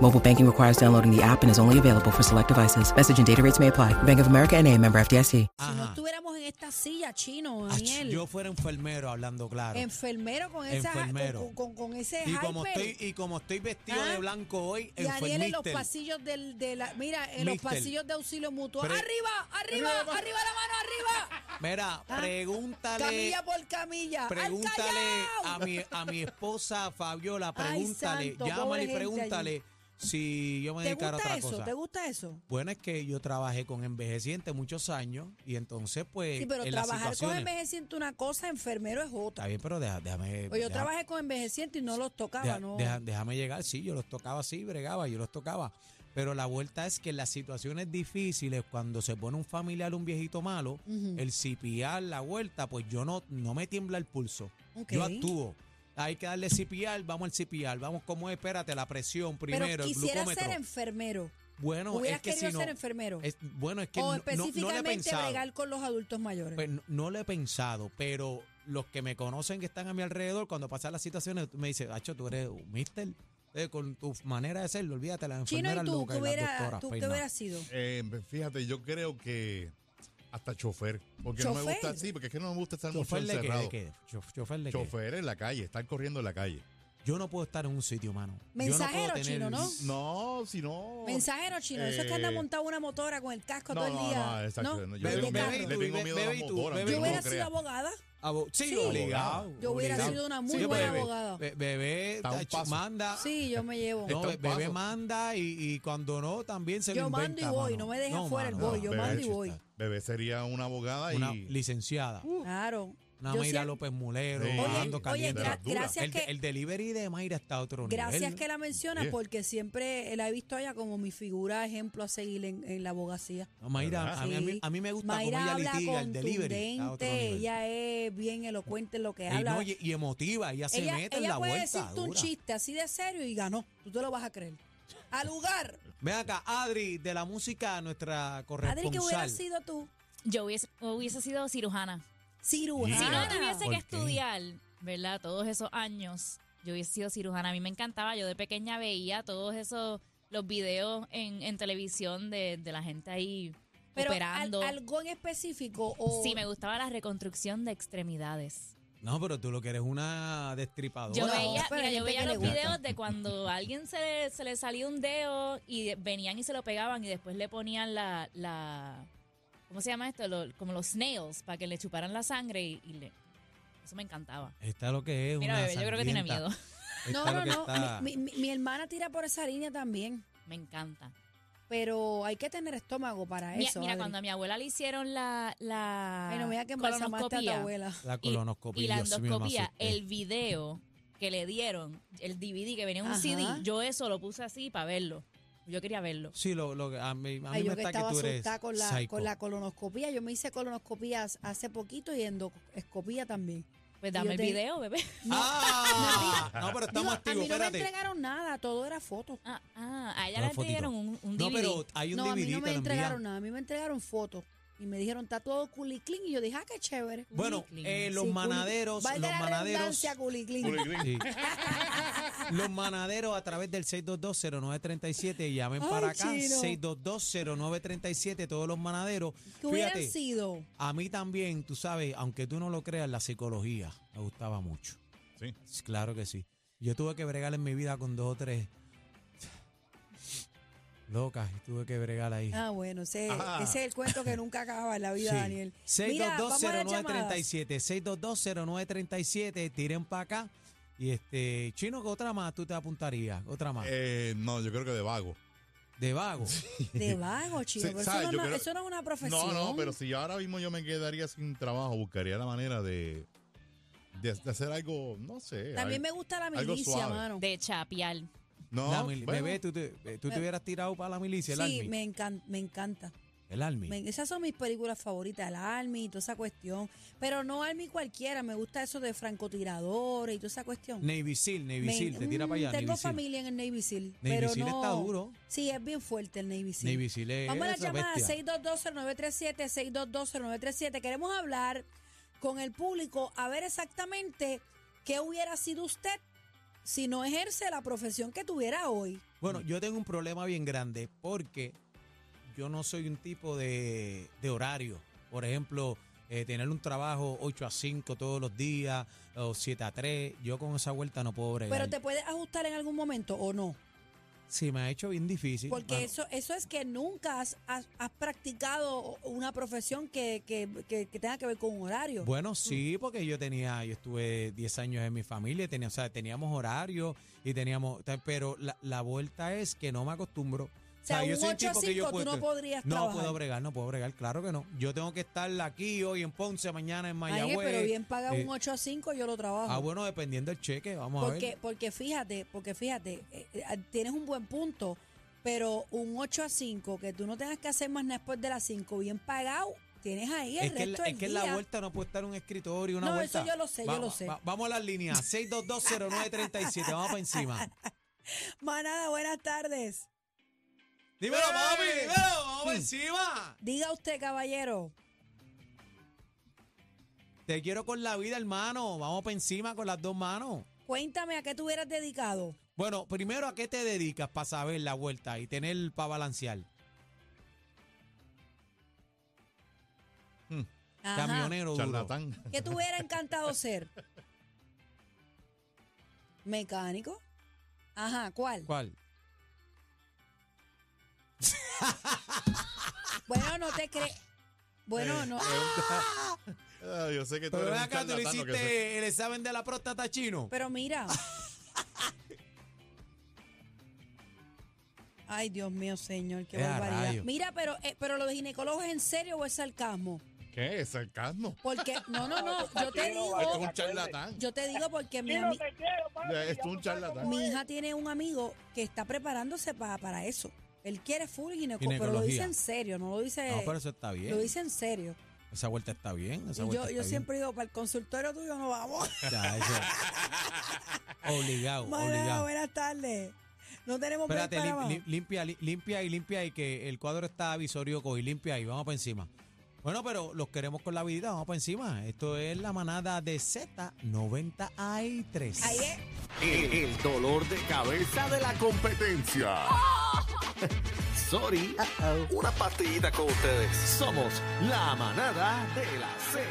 Mobile banking requires downloading the app and is only available for select devices. Message and data rates may apply. Bank of America and a member FDIC. Si no Ajá. estuviéramos en esta silla, chino, Ach, Daniel. yo fuera enfermero hablando claro. enfermero con, esa, Enfermero. con, con- con ese y como hyper. estoy y como estoy vestido Ah. de blanco hoy, y Ariel en los enfermiste. pasillos del, de la. Mira, en los Mister. pasillos de auxilio mutuo. Pre- ¡Arriba! ¡Arriba! Arriba. ¡Arriba la mano! ¡Arriba! Mira, Ah. pregúntale, Camilla por camilla. ¡Al pregúntale a Callao! mi a mi esposa Fabiola, Ay, pregúntale, santo, pobre llámale y gente pregúntale si yo me ¿Te dedicara a gusta otra eso? cosa. ¿Te gusta eso? Bueno, es que yo trabajé con envejecientes muchos años y entonces pues Sí, pero en las trabajar con situaciones envejeciente una cosa, enfermero es está otra. bien, pero deja- déjame Oye, Pues yo deja- trabajé con envejeciente y no los tocaba, deja- ¿no? deja- déjame llegar, sí, yo los tocaba así, bregaba, yo los tocaba, pero la vuelta es que en las situaciones difíciles cuando se pone un familiar un viejito malo, Ujú. el cipiar la vuelta, pues yo no no me tiembla el pulso. Ok. Yo actúo. Hay que darle cipiar, vamos al cipiar, vamos como es, espérate, la presión primero, pero el quisiera glucómetro. ser enfermero. bueno, ¿Hubieras es que si querido no ser enfermero? es- bueno, es que o no- no, no, le he específicamente pensado. bregar con los adultos mayores. Pues no, no lo he pensado, pero los que me conocen que están a mi alrededor, cuando pasan las situaciones, me dicen, Hacho, tú eres un mister. Eh, con tu manera de ser, olvídate, la Chino, enfermera ¿y tú loca qué y pues, las hubieras doctoras tú qué peinadas. hubieras sido? Eh, fíjate, yo creo que hasta chofer. Porque no me ¿Chofer? gusta así, porque es que no me gusta estar mucho ¿Chofer de qué? encerrado. ¿De qué? Chof- ¿Chofer de qué? Chofer en la calle, estar corriendo en la calle. Yo no puedo estar en un sitio, mano. Mensajero, yo no puedo tener... Chino, ¿no? No, si no. Mensajero chino, eso es que anda Eh, montado una motora con el casco No, todo el no, día. no, exacto. no, yo Bebe- le tengo, bebe miedo- tú, le tengo bebe- miedo a bebe las tú, motoras. bebe no yo tú. lo hubiera sido creas. abogada. Abo- sí, Sí. obligado. Yo hubiera obligado. sido una muy Sí, buena bebé. abogada. Be- bebé Está un tacho, paso. manda. Sí, yo me llevo. No, Está un be- bebé paso. manda y, y cuando no, también se lo Yo mando inventa. y voy, mano. no me dejes fuera el mano, voy, yo bebé mando y chista. voy. Bebé sería una abogada Una y. licenciada. Claro. Una Yo Mayra siempre- López Mulero, Sí. Oye, bajando oye, caliente. gra- gracias el, de- que- el delivery de Mayra está a otro Gracias nivel. que la mencionas Oye. porque siempre la he visto a ella como mi figura, ejemplo a seguir en, en la abogacía. No, Mayra, ¿Verdad? a mí, a, mí, Sí. a mí me gusta Mayra cómo ella habla litiga el delivery. está a otro contundente, nivel. ella es bien elocuente en lo que Y, habla. no, y- y emotiva, ella se ella mete en ella la puede vuelta. decirte un dura. chiste así de serio y ganó. Tú te lo vas a creer. Al lugar. Ven acá, Adri, de la música, nuestra corresponsal. Adri, que hubiera sido tú? Yo hubiese, hubiese sido cirujana. Cirujana. Si no Cirujana. ¿Por tuviese que qué? estudiar, ¿verdad? Todos esos años, yo hubiese sido cirujana. A mí me encantaba. Yo de pequeña veía todos esos los videos en, en televisión de, de la gente ahí Pero al- operando. algo en específico o Sí, me gustaba la reconstrucción de extremidades. No, pero tú lo que eres una destripadora. Yo No, veía, pero mira, hay gente yo veía que le los gusta. videos de cuando a alguien se, le- se le salía un dedo y de- venían y se lo pegaban y después le ponían la, la ¿cómo se llama esto? Lo- como los snails para que le chuparan la sangre y, y le, eso me encantaba. Está lo que es Mira, una bebé, yo creo que tiene sangrienta. miedo. No, Está lo no, que no. está- Mi, mi- mi hermana tira por esa línea también. Me encanta. Pero hay que tener estómago para Mira, eso. mira, Adri. cuando a mi abuela le hicieron la, la Ay, no me digas que embalsamaste a tu colonoscopía abuela. La y- colonoscopia. y la Dios mío, me endoscopía, asusté. el video que le dieron, el DVD que venía en un Ajá. CD, yo eso lo puse así para verlo. Yo quería verlo. Sí, lo, lo, que- a mí, a mí Ay, me yo que está que estaba tú eres asustada con la, psycho. con la colonoscopía. Yo me hice colonoscopías hace poquito y endoscopía también. Pues yo dame el te- video, bebé. ¡Ah! No, Digo, pero estamos a mí activos, no me espérate. entregaron nada, todo era foto. Ah, ah, a ella Una le fotito. dieron un, un No, DVD. pero hay un No, a mí DVD no me te lo entregaron envían. nada, a mí me entregaron fotos. Y me dijeron, está todo culiclín. Y yo dije, ah, qué chévere. Bueno, Culiclín. eh, los Sí, culi- manaderos, valga los la manaderos, redundancia, culiclín. sí. los manaderos a través del 6220937 llamen Ay, para acá Chino. 6220937 todos los manaderos. ¿Qué hubieran Fíjate, sido? a mí también, tú sabes, aunque tú no lo creas, la psicología me gustaba mucho. Sí. Claro que sí. Yo tuve que bregar en mi vida con dos o tres Loca, y tuve que bregar ahí. Ah, bueno, ese, Ah. ese es el cuento que nunca acaba en la vida, Sí. Daniel. Mira, vamos a las llamadas. 6220937, 6220937, tiren para acá. Y este, Chino, ¿qué otra más tú te apuntarías? Otra más. Eh, no, yo creo que de vago. de vago. De vago, chico. Sí, pero ¿sabes? eso, Yo no, creo- eso no es una profesión. No, no, pero si ahora mismo yo me quedaría sin trabajo, buscaría la manera de, de, de hacer algo, no sé. También me algo- gusta la algo milicia, suave. mano. de chapear. No, La mil- bueno, Bebé, tú te, eh, tú te Me- hubieras tirado para la milicia, el Sí, Army. me, encan- me encanta. El Army. Me- esas son mis películas favoritas, el Army y toda esa cuestión. Pero no Army cualquiera, me gusta eso de francotiradores y toda esa cuestión. Navy Seal, Navy Me- Seal, te tira mm, para allá. Tengo Navy Seal. familia en el Navy SEAL. Navy pero Seal no, está duro. Sí, es bien fuerte el Navy SEAL. Navy Seal es Vamos a la otra llamada bestia. 622-0937, 622-0937. Queremos hablar con el público a ver exactamente qué hubiera sido usted si no ejerce la profesión que tuviera hoy. Bueno, yo tengo un problema bien grande porque yo no soy un tipo de, de horario. Por ejemplo, eh, tener un trabajo 8 a 5 todos los días o 7 a 3. Yo con esa vuelta no puedo bregar. Pero te puedes ajustar en algún momento o no. Sí, me ha hecho bien difícil. Porque mano. eso, eso es que nunca has, has- has practicado una profesión que, que- que- que tenga que ver con un horario. Bueno, sí, porque yo tenía, yo estuve 10 años en mi familia, tenía, o sea, teníamos horario y teníamos, ta- pero la, la vuelta es que no me acostumbro. o sea, yo un soy 8 a tipo que yo 5 tú puedo- no podrías No trabajar. puedo bregar, no puedo bregar, claro que no. Yo tengo que estar aquí hoy en Ponce, mañana en Ángel, Mayagüez. pero bien paga eh, un 8 a 5 yo lo trabajo. Ah, bueno, dependiendo del cheque, vamos a Porque, ver. porque fíjate, porque fíjate, eh, eh, tienes un buen punto, pero un 8 a 5, que tú no tengas que hacer más nada después de las 5, bien pagado, tienes ahí el Es que, en resto la- es del que en día. la vuelta no puede estar un escritorio, una No, vuelta. eso yo lo sé, yo Va- lo sé. va- vamos a las líneas, 6220937, vamos para encima. Manada, buenas tardes. Dímelo, papi, dímelo, vamos para Mm. encima. Diga usted, caballero. Te quiero con la vida, hermano. Vamos para encima con las dos manos. Cuéntame a qué te hubieras dedicado. Bueno, primero, ¿a qué te dedicas para saber la vuelta y tener para balancear? Ajá. Camionero duro. Charlatán. ¿Qué te hubiera encantado ser? ¿Mecánico? Ajá, ¿cuál? ¿Cuál? Bueno, no te crees. Bueno, Eh, no. Ah, yo sé que tú Pero ven eres un acá, tú le charlatán, lo que hiciste sé. el examen de la próstata chino. Pero mira. Ay, Dios mío, señor, qué Eh, a barbaridad. rayos. Mira, pero, eh, pero lo de ginecólogo es en serio o es sarcasmo? ¿Qué? ¿Sarcasmo? Porque, no, no, no, yo te Es digo, un charlatán. yo te digo porque mi, ami- Es un charlatán. mi hija tiene un amigo que está preparándose pa- para eso. Él quiere full ginecólogo, pero lo Ginecología. dice en serio, no lo dice, No, pero eso está lo bien. dice en serio. Esa vuelta está bien. Esa Y vuelta yo, está yo bien. siempre digo, para el consultorio tuyo no vamos. Ya, eso. Obligado, Manada, obligado. buenas tardes. No tenemos break Espérate, para lim- más. lim- limpia, li- limpia y limpia y que el cuadro está avisorioco y limpia ahí, vamos para encima. Bueno, pero los queremos con la vida, vamos para encima. Esto es la manada de Z93. Ahí es. El, el dolor de cabeza de la competencia. Sorry. Una partidita con ustedes. Somos la manada de la Z.